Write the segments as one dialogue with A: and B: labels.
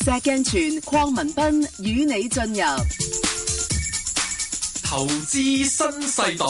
A: 石鏡泉、鄺民彬與你進入
B: 投資新世代，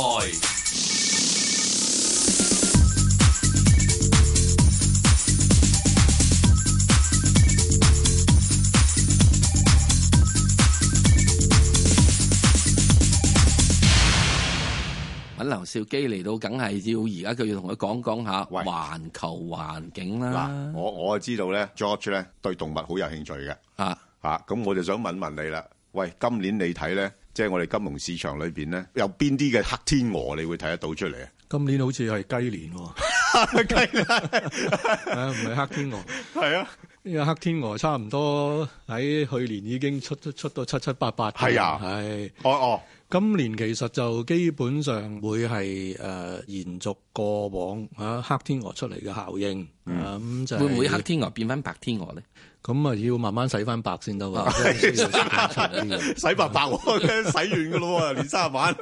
C: 揾劉兆基嚟到，梗係要而家佢要同佢講講下
D: 喂
C: 環球環境啦
D: 嗱，，我我就知道咧，George 咧對動物好有興趣嘅
C: 啊，
D: 嚇，咁、我就想問問你啦，喂，今年你睇咧，即係我哋金融市場裏邊咧，有邊啲嘅黑天鵝你會睇得到出嚟啊？
E: 今年好似係雞年喎， 啊唔係黑天鵝。
D: 係啊，
E: 呢個黑天鵝差唔多喺去年已經出出出到七七八八㗎
D: 係啊
E: 係
D: 哦哦，
E: 今年其實就基本上會係誒、呃延續過往啊黑天鵝出嚟嘅效應，啊咁、就係
C: 會唔會黑天鵝變翻白天鵝咧？
E: 咁啊要慢慢洗翻白先得喎，即係需要時間長 啲嘅
D: 洗白白喎，洗完噶咯喎，年三十晚。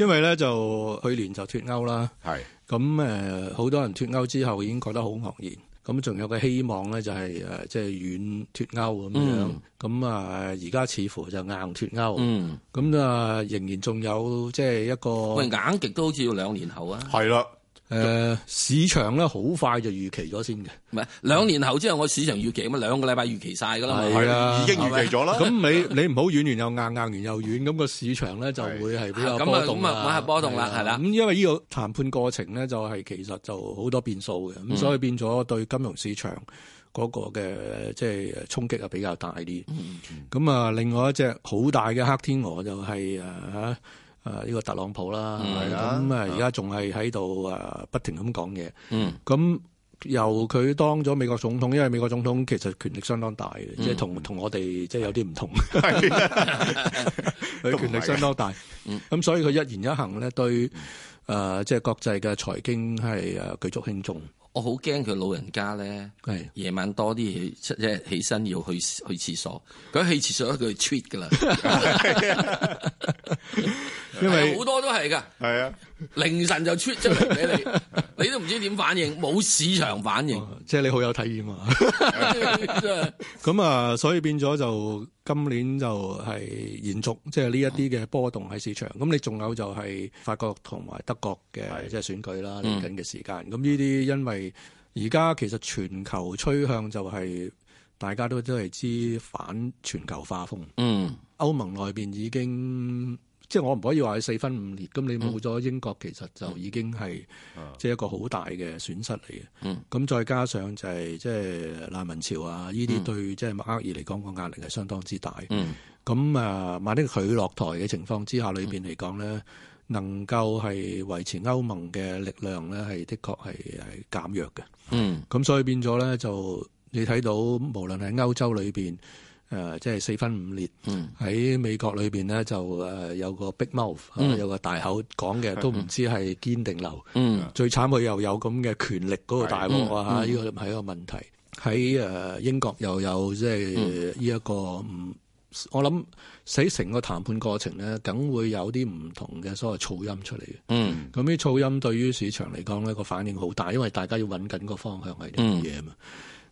E: 因為咧就去年就脱歐啦。
D: 係
E: 咁誒，好、多人脱歐之後已經覺得好愕然。咁呃仲有個希望咧，就係、誒，即係軟脱歐咁樣。咁啊、而家似乎就硬脱歐。
C: 嗯，
E: 咁啊、仍然仲有即係一個
C: 喂，
E: 誒、
C: 硬極都好似要兩年後啊，
D: 係啦，
E: 呃市場咧，好快就預期咗先嘅。
C: 唔係兩年後之後，我市場預期咁啊，兩個禮拜預期晒㗎啦嘛。
E: 係啊
D: 已經預期咗啦。
E: 咁你你唔好軟完又硬，硬完又軟，咁、個市場咧就會係比較
C: 係咁啊
E: 波動
C: 咁啊咁啊波動啦
E: 係
C: 係啦
E: 咁因為呢個談判過程咧，就係其實就好多變數嘅，咁、
C: 嗯
E: 所以變咗對金融市場嗰個嘅即係衝擊啊比較大啲。
C: 嗯
E: 咁啊、另外一隻好大嘅黑天鵝就係誒嚇誒呢個特朗普啦，
C: 嗯
D: 係啦
E: 咁啊而家仲係喺度誒不停咁講嘢。
C: 嗯，
E: 咁由佢當咗美國總統，因為美國總統其實權力相當大嘅，即係同同我哋即係有啲唔同，佢權力相當大。咁所以佢一言一行咧，對誒即係國際嘅財經係誒舉足輕重，
C: 我好驚佢老人家咧，
E: 係
C: 夜晚多啲起即係起身要去去廁所，佢去廁所佢 treat 㗎啦，
E: 因為
C: 好多都係㗎。
D: 係啊，
C: 凌晨就出出嚟俾你，你都唔知點反應，冇市場反應，
E: 哦即係你好有體驗啊。
C: 真
E: 咁啊，所以變咗就今年就係延續即係呢一啲嘅波動喺市場。咁你仲有就係法國同埋德國嘅即係選舉啦，嚟緊嘅時間。咁呢啲因為而家其實全球趨向就係大家都都係知反全球化風。
C: 嗯
E: 歐盟內邊已經即係我唔可以話係四分五裂，咁你
C: 嗯
E: 冇咗英國，其實就已經係即係一個好大嘅損失嚟嘅。
C: 啊嗯
E: 咁再加上就係即係難民潮啊，呢啲對即係默克爾嚟講個壓力係相當之大。
C: 嗯
E: 咁啊，萬一佢落台嘅情況之下，裏
C: 嗯
E: 邊嚟講咧，能夠係維持歐盟嘅力量咧，係的確係係減弱嘅。
C: 嗯
E: 咁所以變咗咧，就你睇到無論喺歐洲裏邊，誒、呃即係四分五裂；
C: 嗯
E: 喺、美國裏邊咧，就誒、呃有個 big mouth，、啊有個大口講嘅，都唔知係堅定流。
C: 嗯
E: 最慘佢又有咁嘅權力嗰個大鑊啊！呢個係一個問題。喺誒、呃英國又有即係呢一個唔，我諗喺成個談判過程咧，梗會有啲唔同嘅所謂噪音出嚟嘅。
C: 嗯
E: 咁啲噪音對於市場嚟講呢個反應好大，因為大家要揾緊個方向係啲乜嘢啊嘛。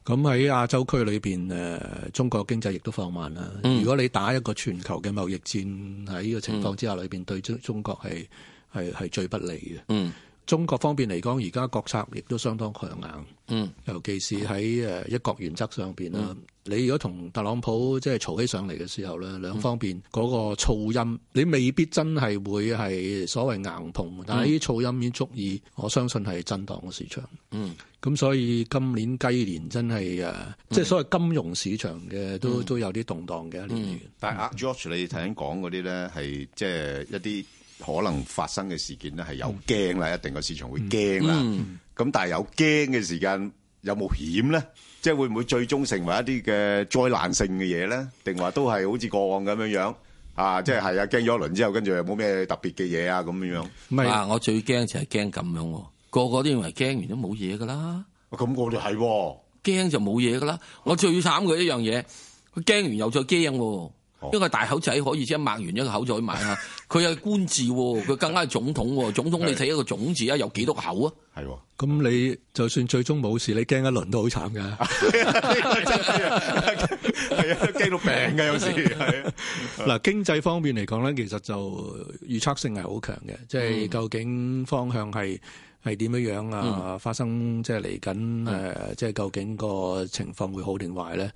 E: 咁喺亞洲區裏邊，誒、呃中國經濟亦都放慢啦。如果你打一個全球嘅貿易戰喺呢個情況之下裏邊，對中中國係係係最不利嘅。
C: 嗯
E: 中國方面嚟講，而家國策亦都相當強硬，
C: 嗯
E: 尤其是喺誒一國原則上邊啦。你如果同特朗普即係嘈起上嚟嘅時候咧，兩方
C: 嗯
E: 面嗰個噪音，你未必真係會係所謂硬碰，但係呢啲噪音已經足以，我相信係震盪個市場。
C: 嗯
E: 咁所以今年雞年真係誒，即係所謂金融市場嘅都
C: 嗯
E: 都有啲動盪嘅一年嚟嘅。
D: 但係啊，George 你頭先講嗰啲咧，係即係一啲可能發生嘅事件咧，係有驚啦，一定個市場會
E: 嗯
D: 驚啦。咁但係有驚嘅時間有冇險咧？即係會唔會最終成為一啲嘅災難性嘅嘢咧？定話都係好似過往咁樣樣啊？即係係啊，驚咗一輪之後，跟住又冇咩特別嘅嘢啊咁樣樣。
E: 唔係
C: 啊！我最驚就係驚咁樣喎，個個都認為驚完都冇嘢㗎啦，
D: 咁我哋係喎，
C: 驚就冇嘢㗎啦。我最慘嘅一樣嘢，佢驚完又再驚喎，
D: 哦
C: 一個大口仔可以即係擘完一個口就可以買 下。佢係官字喎，佢更加係總統喎。總統你睇一個總字啊，有幾多口啊？
D: 係喎。
E: 咁你就算最終冇事，你驚一輪都好慘㗎。
D: 真係啊，係啊，驚到病嘅有時係啊。
E: 嗱，經濟方面嚟講咧，其實就預測性係好強嘅，即
C: 嗯
E: 係究竟方向係係點樣樣
C: 嗯
E: 啊？發生即係嚟緊誒，即係究竟個情況會好定壞咧？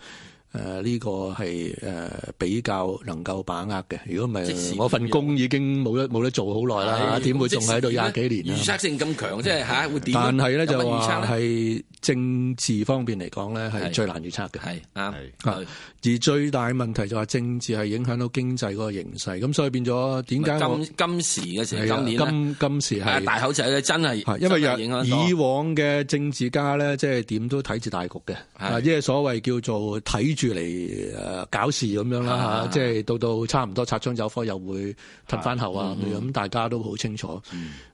E: 誒呢、個係誒、比較能夠把握嘅，如果唔
C: 即時
E: 係我份工已經冇得冇得做好耐啦，點會仲喺度廿幾年啊嗯
C: 預？測性咁強，即係嚇會點啊？
E: 但係咧
C: 有
E: 就
C: 乜預
E: 話
C: 測咧
E: 係政治方面嚟講咧係啊
C: 係
E: 最難預測嘅。
C: 係啊啱
D: 係
C: 係。
E: 而最大問題就係政治係影響到經濟嗰個形勢，咁所以變咗點解我
C: 今今時嘅時
E: 係啊
C: 候，今年咧
E: 今今時
C: 啊
E: 係
C: 大口仔咧真係
E: 係因為
C: 真係影響
E: 以
C: 到
E: 往嘅政治家咧，即係點都睇住大局嘅，啊即係所謂叫做睇住嚟誒搞事咁樣啦
C: 啊
E: 嚇，即係到到差唔多擦槍走火又會褪翻後
C: 嗯
E: 啊咁樣，咁大家都好清楚，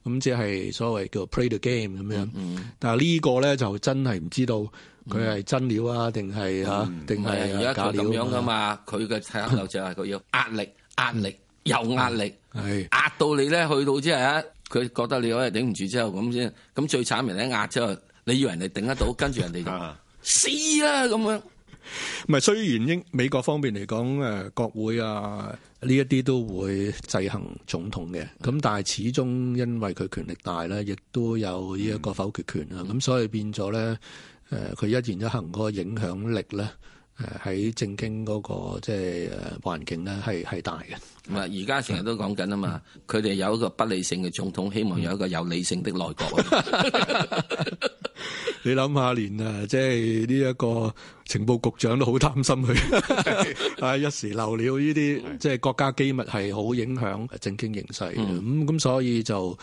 E: 咁即係所謂叫 play the game 咁
C: 嗯
E: 樣。但係呢個咧就真係唔知道佢係真料啊，定係嚇，定
C: 唔嗯係
E: 係
C: 而家
E: 假
C: 佢
E: 啊料
C: 咁樣噶？嘛？佢 嘅策略就係佢要壓力、壓
E: 嗯
C: 力又壓力，
E: 係
C: 壓到你咧去到即係啊佢覺得你可能頂唔住之後咁先，咁最慘人咧壓之後，你以為人哋頂得到，跟住人哋就
D: 啊
C: 死啦咁樣。
E: 唔係，雖然英美國方面嚟講，誒、國會啊呢一啲都會制衡總統嘅，咁但係始終因為佢權力大咧，亦都有呢一個否決權啊，咁、所以變咗咧，誒、佢一言一行嗰個影響力咧，誒、喺政經嗰、個即係誒環境咧係係大嘅。
C: 唔係而家成日都講緊啊嘛，佢哋有一個不理性嘅總統，希望有一個有理性的內啊 閣。
E: 你諗下，連啊，即係呢一個情報局長都好擔心 佢，啊一時漏料呢啲，即係國家機密係好影響政經形勢嘅。啊咁咁所以就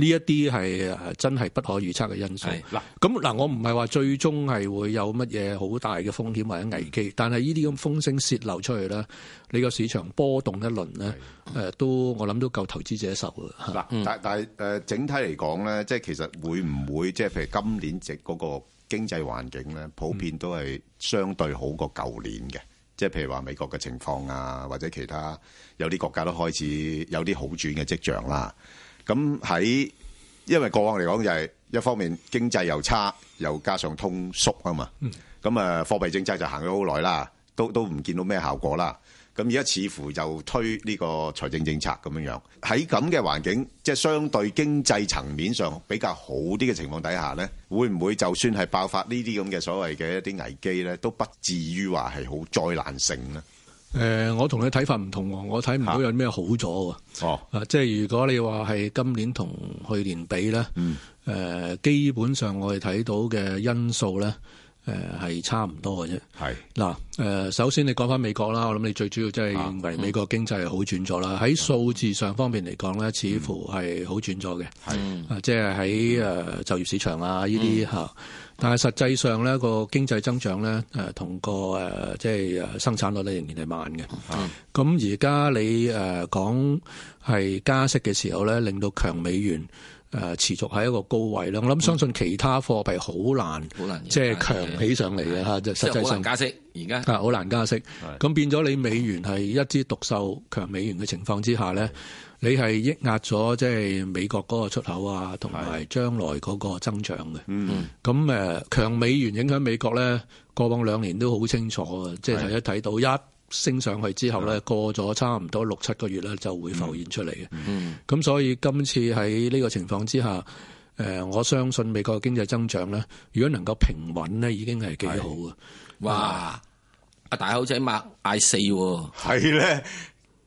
E: 呢一啲係啊真係不可預測嘅因素。
C: 係
E: 嗱，咁嗱，我唔係話最終係會有乜嘢好大嘅風險或者危機，但係呢啲咁風聲泄漏出去咧，你個市場波動一輪咧，誒都我諗都夠投資者受啊嘅。
D: 嗱，但但係誒，整體嚟講咧，即係其實會唔會即係譬如今年即係嗰個經濟環境咧，普遍都係相對好過舊年嘅。即係譬如話美國嘅情況啊，或者其他有啲國家都開始有啲好轉嘅跡象啦。咁喺因為過往嚟講就係一方面經濟又差，又加上通縮啊嘛，咁啊貨幣政策就行咗好耐啦，都都唔見到咩效果啦。咁而家似乎就推呢個財政政策咁樣樣，喺咁嘅環境，即係相對經濟層面上比較好啲嘅情況底下呢，會唔會就算係爆發呢啲咁嘅所謂嘅一啲危機呢，都不至於話係好災難性呢？
E: 誒、我同你睇法唔同喎，我睇唔到有咩好咗喎。
D: 哦，
E: 啊，即係如果你話係今年同去年比咧，誒、基本上我哋睇到嘅因素咧，誒、係差唔多嘅啫。
D: 係
E: 嗱，誒、呃首先你講翻美國啦，我諗你最主要即係
C: 啊
E: 認
C: 嗯
E: 為美國經濟係好轉咗啦。喺數字上方面嚟講咧，似乎係好轉咗嘅。
C: 嗯
E: 係啊，即係喺誒就業市場啊呢啲嚇。但係實際上咧，個經濟增長咧，誒同個誒即係誒生產率咧仍然係慢嘅。
C: 啊
E: 咁而家你誒講係加息嘅時候咧，令到強美元誒持續喺一個高位啦。我諗相信其他貨幣好難，
C: 好難
E: 即係
C: 加息
E: 強起上嚟嘅嚇，就
C: 啊即係
E: 實際
C: 好難
E: 上。
C: 加息，而家
E: 啊，好難加息，咁變咗你美元係一枝獨秀強美元嘅情況之下咧，你係抑壓咗即係美國嗰個出口啊，同埋將來嗰個增長嘅。嗯，咁誒強美元影響美國咧，過往兩年都好清楚嘅，即係睇一睇到一升上去之後咧，過咗差唔多六七個月咧就會浮現出嚟嘅。咁所以今次喺呢個情況之下，誒、呃我相信美國嘅經濟增長咧，如果能夠平穩咧，已經係幾好啊嘅。
C: 哇！阿大口仔擘嗌四喎，
D: 係咧，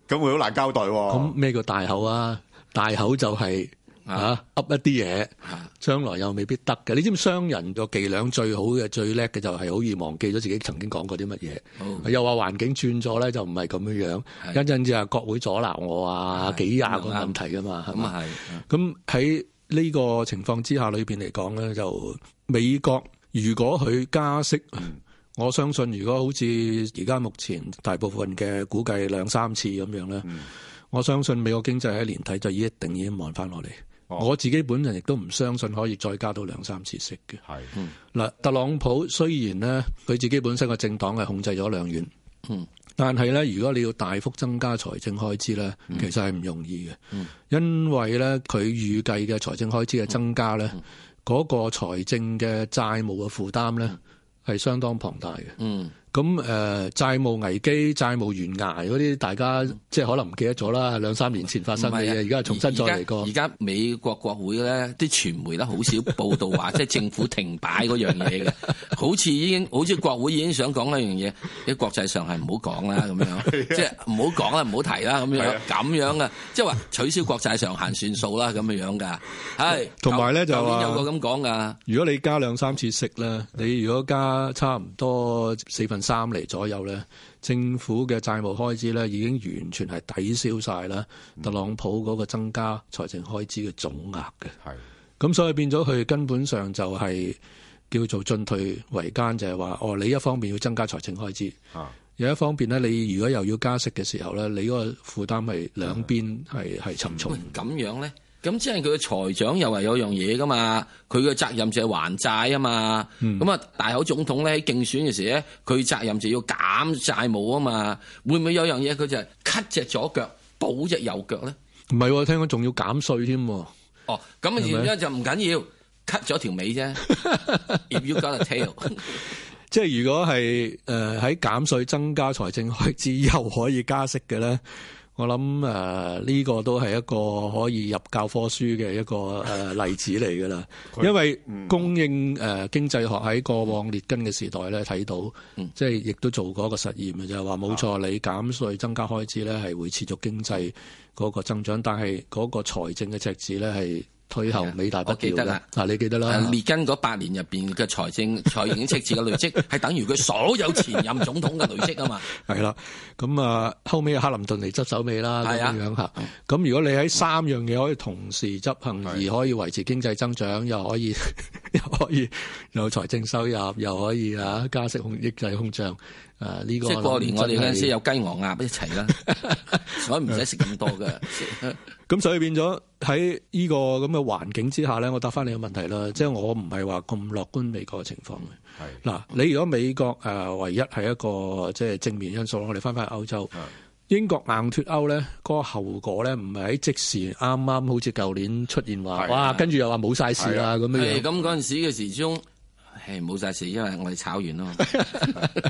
D: 咁會好難交代喎。
C: 哦
E: 咁咩叫大口啊？大口就係啊噏一啲嘢
C: 啊，
E: 將來又未必得嘅。你知唔知商人個伎倆最好嘅、最叻嘅就係好易忘記咗自己曾經講過啲乜嘢，又話環境轉咗咧就唔係咁樣樣，
C: 嗯係
E: 一陣就係國會阻撓我啊，
C: 係
E: 幾廿個
C: 咁啊
E: 問題噶嘛，係
C: 咁
E: 嘛？
C: 啊係。
E: 咁喺呢個情況之下裏邊嚟講咧，就美國如果佢加息，我相信如果好似而家目前大部分嘅估計兩三次咁樣咧，我相信美國經濟喺年底就一定已經慢翻落嚟。我自己本人亦都唔相信可以再加到兩三次息嘅。
D: 係
E: 嗱，特朗普雖然咧佢自己本身個政黨係控制咗兩院，嗯，但係咧，如果你要大幅增加財政開支咧，其實係唔容易嘅，因為咧佢預計嘅財政開支嘅增加咧，嗰、個財政嘅債務嘅負擔咧係相當龐大嘅。
C: 嗯
E: 咁誒、呃、債務危機、債務懸崖嗰啲，大家即係可能唔記得咗啦，兩三年前發生嘅啊嘢，而家重新再嚟過
C: 啊而。家美國國會咧，啲傳媒咧好少報道 話，即係政府停擺嗰樣嘢嘅，好似已經，好似國會已經想講一樣嘢，喺國際上係唔好講啦 咁
E: 啊
C: 樣，即係唔好講啦，唔好提啦咁樣，咁樣嘅，即係話取消國際上限算數啦咁樣樣㗎，係。
E: 同埋呢就
C: 舊年
E: 話
C: 有個咁講㗎，
E: 如果你加兩三次息咧，你如果加差唔多四分三厘左右咧，政府嘅債務開支咧已經完全係抵消晒啦，特朗普嗰個增加財政開支嘅總額嘅。
D: 係
E: 咁所以變咗佢根本上就係叫做進退維艱，就係、話哦，你一方面要增加財政開支，
D: 啊
E: 有一方面咧，你如果又要加息嘅時候咧，你嗰個負擔係兩邊係係沉重
C: 喂。咁樣咧，咁即係佢嘅財長又係有樣嘢㗎嘛，佢嘅責任就係還債啊嘛。咁啊、大口總統咧喺競選嘅時咧，佢責任就要減債務啊嘛。會唔會有樣嘢佢就係 cut 只左腳補只右腳咧？
E: 唔係喎，聽講仲要減税添喎。
C: 哦，咁啊，然之後就唔緊要，cut 咗條尾啫。If you got a tail，
E: 即係如果係誒喺減税增加財政開支又可以加息嘅咧， 我諗誒呢個都係一個可以入教科書嘅一個誒、呃例子嚟㗎啦。因為
C: 嗯
E: 供應誒、呃、經濟學喺過往列根嘅時代咧睇到，
C: 嗯
E: 即係亦都做過一個實驗嘅，就係話冇
C: 啊
E: 錯，你減税增加開支咧係會持續經濟嗰個增長，但係嗰個財政嘅赤字咧係退後尾大不
C: 我記得
E: 掉嘅。
C: 啦
E: 啊，你記得啦
C: 啊。列根嗰八年入邊嘅財政財政赤字嘅累積，係等於佢所有前任總統嘅累積啊嘛。
E: 係啦，咁啊後尾克林頓嚟執手尾啦，咁
C: 係啊
E: 樣嚇。咁如果你喺三樣嘢可以同時執行，
D: 係
E: 而可以維持經濟增長，又可以 又可以有財政收入，又可以啊加息控抑制通脹，誒呢個
C: 即係過年我哋嗰陣時
E: 有，
C: 有雞鵝鴨一齊 啦，所以唔使食咁多嘅。
E: 咁所以變咗喺呢個咁嘅環境之下咧，我答翻你個問題啦，即係我唔係話咁樂觀美國嘅情況嘅。
D: 嗯係
E: 嗱，你如果美國誒、呃、唯一係一個即係正面因素我哋翻返去歐洲，
D: 啊
E: 英國硬脱歐咧，嗰、個後果咧唔係喺即時啱啱好似舊年出現話，
D: 係
E: 哇，
D: 啊
E: 跟住又話冇晒事啦咁樣
C: 係
E: 樣。
C: 咁嗰陣時嘅時鐘，係冇晒事，因為我哋炒完啊咯。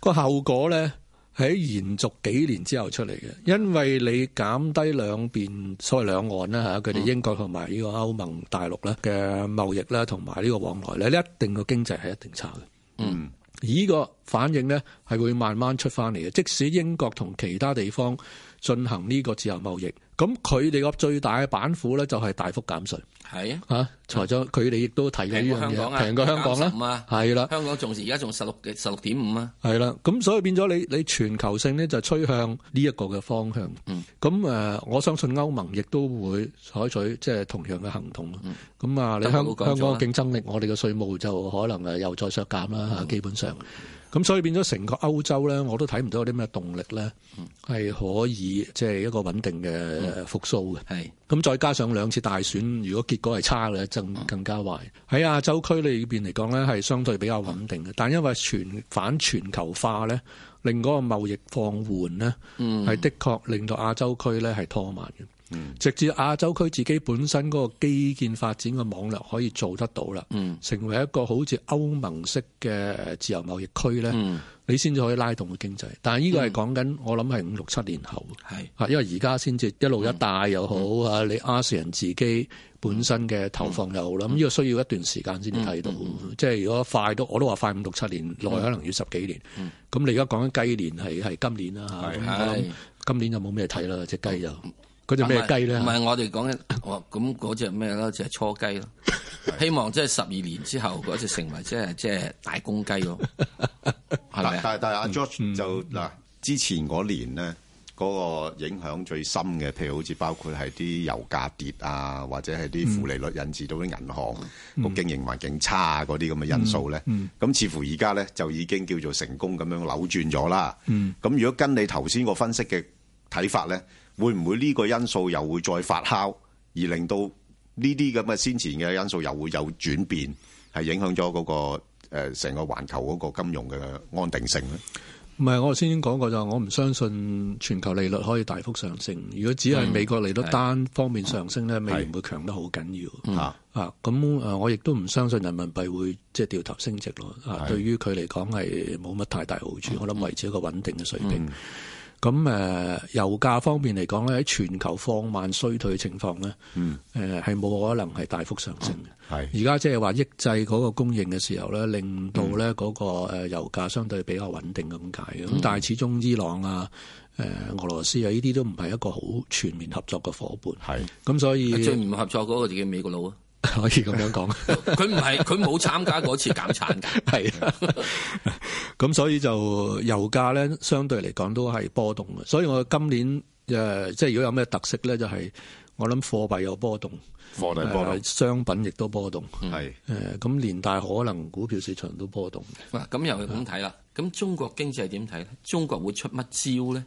E: 個後果咧係喺延續幾年之後出嚟嘅，因為你減低兩邊所謂兩岸
C: 嗯
E: 啦嚇，佢哋英國同埋呢個歐盟大陸咧嘅貿易啦，同埋呢個往來咧，一定個經濟係一定差嘅。
D: 嗯
E: 而呢個反應呢係會慢慢出翻嚟嘅。即使英國同其他地方進行呢個自由貿易，咁佢哋個最大嘅板斧呢就係大幅減稅
C: 係啊，
E: 嚇、啊財長佢哋亦都提咗
C: 平過香
E: 呢
C: 港
E: 樣嘢，
C: 啊，
E: 平過香港
C: 35
E: 啦
C: 啊，
E: 係啦，
C: 香港仲是而家仲十六嘅十六點五啊。
E: 係啦。咁所以變咗你你全球性呢就趨向呢一個嘅方向。
C: 嗯
E: 咁誒、呃我相信歐盟亦都會採取即係同樣嘅行動咯。咁啊、你香
C: 嗯德國
E: 香
C: 都講咗
E: 港嘅
C: 啦
E: 競爭力，我哋嘅稅務就可能誒又再削減啦
C: 嗯
E: 嚇，基本上。咁所以變咗成個歐洲咧，我都睇唔到有啲咩動力咧，
C: 嗯
E: 係可以即係一個穩定嘅呃復甦嘅。
C: 係
E: 咁再加上兩次大選，如果結果係差嘅，更更加壞。喺亞洲區裏邊嚟講咧，係相對比較穩定嘅，但因為全反全球化咧，令嗰個貿易放緩咧，係、的確令到亞洲區咧係拖慢嘅。直至亞洲區自己本身嗰個基建發展嘅網絡可以做得到啦，成為一個好似歐盟式嘅呃自由貿易區咧，你先至可以拉動個經濟。但係呢個係講緊，我諗係五六七年後。
C: 係。
E: 啊，因為而家先至一路
C: 嗯
E: 一帶又好啊，你 ASEAN 自己本身嘅
C: 嗯
E: 投放又好啦，咁呢個需要一段時間先至睇到，即係如果快都我都話快五六七年內，
C: 嗯
E: 可能要十幾年。咁你而家講緊雞年係係今年啦嚇，咁我諗
C: 係哦
E: 今年就冇咩睇啦，只雞就嗰只咩雞咧
C: 唔？係我哋講緊，哦咁嗰只咩咯，就係初雞 咯。希望即係十二年之後嗰只成為即係即係大公雞 咯，係咪
D: 但
C: 啊？
D: 但但阿 George 就嗱，之前嗰年咧，嗰個影響最深嘅，譬如好似包括係啲油價跌啊，或者係
C: 嗯
D: 啲負利率引致到啲銀行個經營環境差啊嗰啲咁嘅因素咧，
C: 嗯
D: 咁似乎而家咧就已經叫做成功咁樣扭轉咗啦。
C: 嗯
D: 咁如果跟你頭先個分析嘅睇法咧，會唔會呢個因素又會再發酵，而令到呢啲咁嘅先前嘅因素又會有轉變，係影響咗嗰個誒成個環球嗰個金融嘅安定性咧？
E: 唔係，我先講過就係我唔相信全球利率可以大幅上升。如果只
C: 嗯
E: 係美國利率單方面上升咧，美元會強得好緊要。
D: 嚇
E: 啊，咁誒，我亦都唔相信人民幣會即係掉頭升值咯。啊，對於佢嚟講係冇乜太大好處，我諗維持一個穩定嘅水平。咁誒、油價方面嚟講咧，喺全球放慢衰退嘅情況咧，誒係冇可能係大幅上升嘅。
D: 係
E: 而家即係話抑制嗰個供應嘅時候咧，令到咧嗰個誒油價相對比較穩定咁解嘅。咁、但係始終伊朗啊、誒、俄羅斯啊呢啲都唔係一個好全面合作嘅伙伴。
D: 係
E: 咁所以
C: 最唔合作嗰個就叫美國佬啊！
E: 可以咁樣講。
C: 佢唔係佢冇參加嗰次減產㗎，
E: 係啊， 咁所以就油價咧，相對嚟講都係波動嘅。所以我今年誒、呃即係如果有咩特色咧，就係、我諗貨幣有波動，
D: 貨幣波動
E: 呃商品亦都波動，誒、
D: 係
E: 咁連帶可能股票市場都波動嘅。
C: 嗱咁又咁睇啦。咁中國經濟點睇咧？中國會出乜招咧？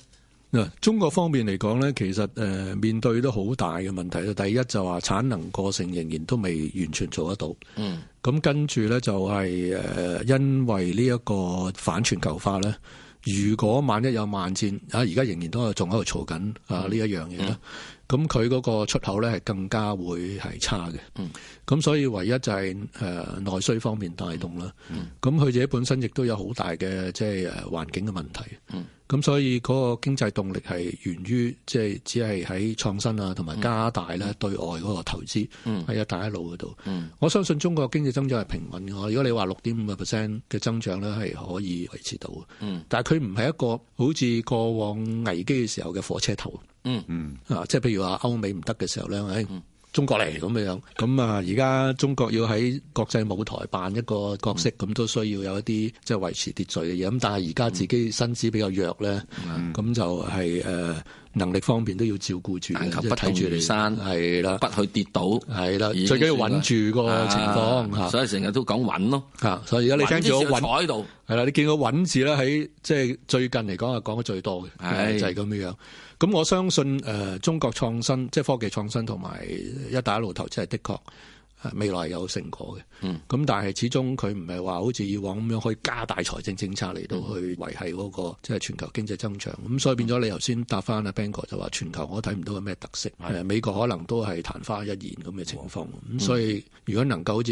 E: 嗱，中國方面嚟講咧，其實誒、呃面對都好大嘅問題啦。第一就話產能過剩仍然都未完全做得到。
C: 嗯。
E: 咁跟住咧就係、呃因為呢一個反全球化咧，如果萬一有萬戰啊，而家仍然都係仲喺度嘈緊啊呢一樣嘢啦。咁佢嗰個出口咧係更加會係差嘅。嗯。咁所以唯一就係、誒、內需方面帶動啦。咁佢、自己本身亦都有好大嘅即係誒環境嘅問題。咁所以嗰個經濟動力係源於即係只係喺創新啊，同埋加大咧對外嗰個投資
C: 嗯
E: 喺一帶一路嗰度。我相信中國經濟增長係平穩嘅。如果你話六點五個 percent 嘅增長咧，係可以維持到嘅。
C: 嗯
E: 但係佢唔係一個好似過往危機嘅時候嘅火車頭。
C: 嗯
E: 嗯啊，即係譬如話歐美唔得嘅時候咧，誒。中國嚟咁樣，咁啊而家中國要喺國際舞台扮一個角色，
C: 嗯
E: 咁都需要有一啲即係維持秩序嘅嘢。咁但係而家自己身子比較弱咧，
C: 嗯
E: 咁就係誒能力方面都要照顧住嘅，
C: 但求
E: 即
C: 不
E: 係
C: 動
E: 睇住
C: 如
E: 你
C: 山
E: 係啦，
C: 不去跌倒，
E: 係啦，
C: 已經
E: 最緊要
C: 算啦
E: 穩住個情況
C: 啊
E: 嚇
C: 所以成日都講穩咯。
E: 嚇。所以而家你聽住
C: 穩
E: 我
C: 之前就
E: 穩
C: 坐喺度，
E: 係啦，你見到穩字咧喺即係最近嚟講係講得最多嘅，
C: 係
E: 誒就係咁樣樣。咁我相信誒、呃中國創新，即係科技創新同埋一帶一路投資係的確。呃未來有成果嘅，咁、但係始終佢唔係話好似以往咁樣可以加大財政政策嚟到
C: 嗯
E: 去維係嗰、個即係全球經濟增長，咁所以變咗你頭先答翻阿 Bang 哥就話全球我睇唔到有咩特色，誒美國可能都係曇花一現咁嘅情況，咁、所以如果能夠好似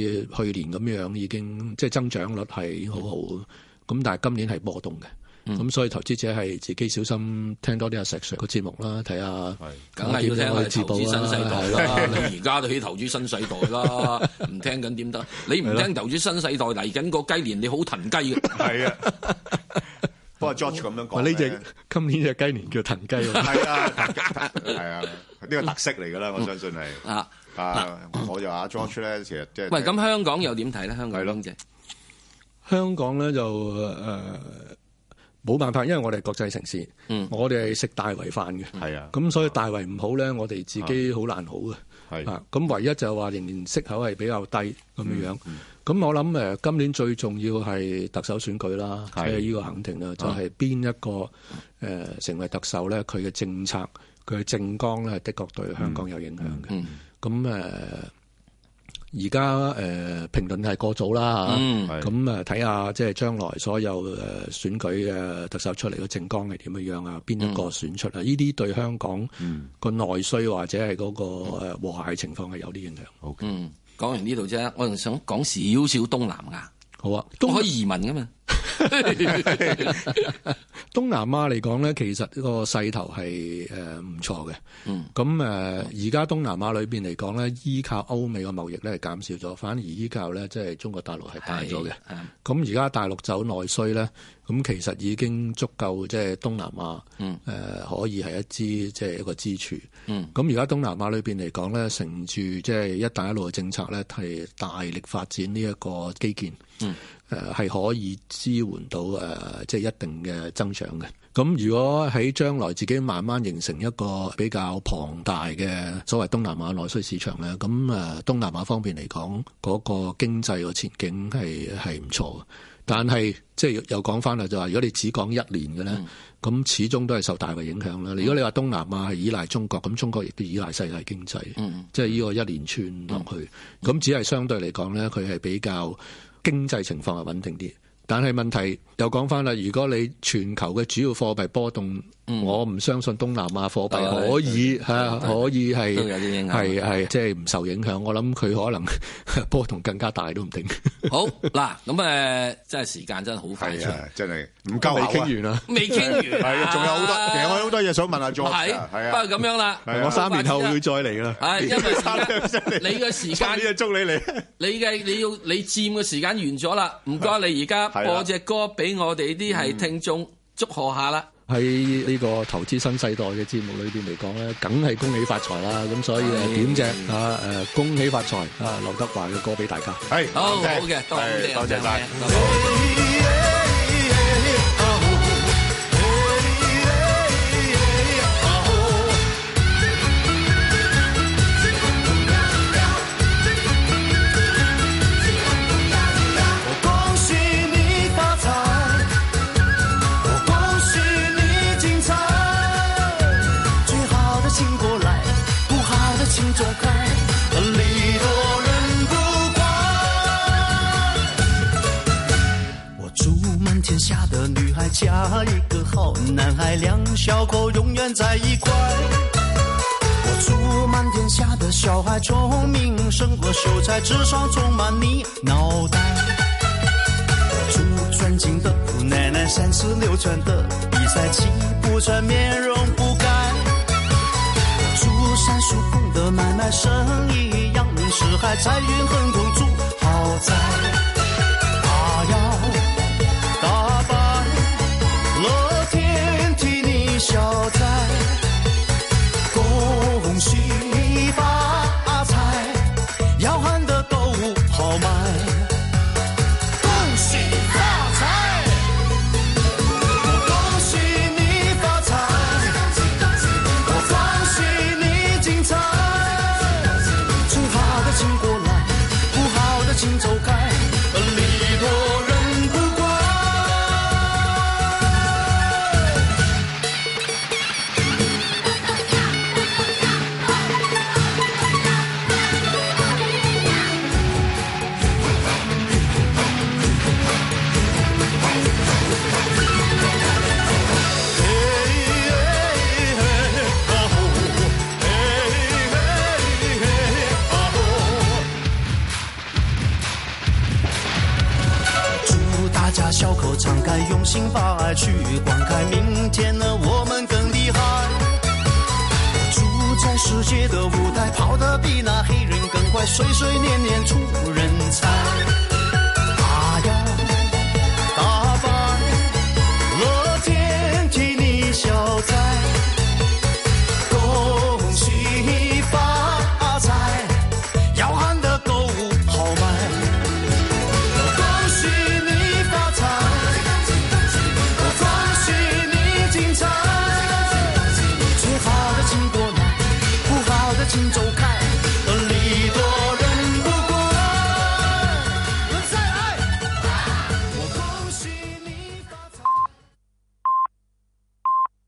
E: 去年咁樣已經即係增長率係已經好好，咁、但係今年係波動嘅。
C: 嗯
E: 咁、所以投資者係自己小心聽多啲阿石 Sir 個節目啦，睇下
C: 梗係要聽
E: 點樣
C: 我哋投資
E: 去自保
C: 新世代
E: 係
C: 啦，你而家都起投資新世代啦，唔聽緊點得？你唔聽投資新世代嚟緊個雞年，你好騰雞嘅。
D: 係啊，不過 George 咁樣講
E: 哇！呢
D: 咧
E: 只今年只雞年叫騰雞喎。
D: 係啊，係啊，呢個特色嚟㗎啦，我相信係。
C: 啊，
D: 啊，我就阿 George 咧，其實即係
C: 喂，咁香港又點睇咧？香港
D: 係咯
C: 經濟
E: 香港咧就誒冇辦法，因為我哋係國際城市，
C: 嗯
E: 我哋係食大圍飯嘅，
D: 係啊，
E: 咁所以大圍唔好咧，我哋自
C: 啊
E: 己好難好嘅。
D: 係
E: 啊，咁唯一就係話仍然息口係比較低咁
C: 嗯
E: 樣樣。咁、我諗誒、呃今年最重要係特首選舉啦，即
D: 係
E: 係呢個肯定
C: 啊
E: 啦，就係、邊一個誒、呃成為特首咧，佢嘅政策、佢嘅政綱咧，的確對香港有影響嘅。
C: 嗯
E: 咁誒、呃而家誒呃評論係過早啦嚇。
C: 嗯
D: 係
E: 咁誒睇下即係將來所有誒選舉嘅特首出嚟嘅政綱係點樣樣啊？邊一個
C: 嗯
E: 選出啊？呢啲對香港個內需或者係嗰個誒和諧情況係有啲影響。
C: 嗯，講完呢度啫，我仲想講少少東南亞，
E: 好啊，
C: 都
E: 東
C: 可以移民噶嘛。
E: 東南亞嚟講咧，其實個勢頭係誒唔錯嘅。
C: 嗯，
E: 咁誒而家東南亞裏邊嚟講咧，依靠歐美嘅貿易咧係減少咗，反而依靠咧即係中國大陸係大咗嘅。
C: 係
E: 咁而家大陸走內需咧，咁其實已經足夠即係東南亞誒、
C: 嗯
E: 呃可以係一支即係一個支柱。
C: 嗯
E: 咁而家東南亞裏邊嚟講咧，乘住即係一帶一路嘅政策咧，係大力發展呢一個基建。
C: 嗯
E: 誒係可以支援到誒、呃即係一定嘅增長嘅。咁如果喺將來自己慢慢形成一個比較龐大嘅所謂東南亞內需市場咧，咁誒、呃、東南亞方面嚟講，嗰、個經濟嘅前景係係唔錯嘅。但係即係又講翻啦，就話如果你只講一年嘅咧，
C: 嗯
E: 咁、始終都係受大圍影響啦。如果你話東南亞係依賴中國，咁中國亦都依賴世界經濟，
C: 嗯
E: 即係呢個一連串落去。咁、只係相對嚟講咧，佢係比較經濟情況係穩定啲。但係問題又講翻啦，如果你全球嘅主要貨幣波動，我唔相信東南亞貨幣
C: 嗯哦係
E: 可以嚇可以係
C: 都有啲影響啊
E: 係係即係唔受影響。我諗佢可能 波動更加大都唔定。
C: 好嗱，咁诶，真係時間真係好快
D: 係
C: 脆，
D: 啊，真係唔夠
E: 未
D: 口
E: 傾
D: 啊！
E: 完啦，
C: 未傾完，
D: 係啊，仲有好多，其實我有好多嘢想問下 George
C: 係
D: 啊。係啊
C: 不過咁樣啦，
D: 係啊
E: 我三年後會再嚟啦。
C: 係因 為時間你嘅時
D: 差
C: 間
D: 啲就捉你嚟，
C: 你嘅你要你佔嘅時間完咗啦，唔該你而家
D: 係啦嗯
C: 播只歌俾我哋啲係聽眾祝賀下啦。
E: 喺呢個投資新世代嘅節目裏邊嚟講咧，梗係恭喜發財啦！咁所以誒點隻啊誒恭喜發財啊劉德華嘅歌俾大家。
D: 係
C: 好好
D: 多謝
C: 嘅，多
D: 係
C: 謝
D: 多謝晒。
C: 多謝
F: 我恭喜你发财，我恭喜你精彩。最好的请过来，不好的请走开，礼多人不怪。我祝满天下的女孩嫁一个好男孩，两小口永远在一块。我祝满天下的小孩聪明胜过秀才，智商充满你脑袋。我祝尊敬的姑奶奶三十六转的比赛气不喘，面容不改。我祝三叔公的买卖生意扬名四海，财运亨通，住啊豪宅。大摇大摆，乐天替你消灾。恭喜发财，要喊得够豪迈。恭喜发财，我恭喜你发财，我恭喜你精彩。从好的请过来，不好的请走开，礼多人不怪。祝大家笑口常开，用心把爱去灌溉，明天的我们更厉害。我祝在世界的舞台跑得比那黑人更快，岁岁年年出啊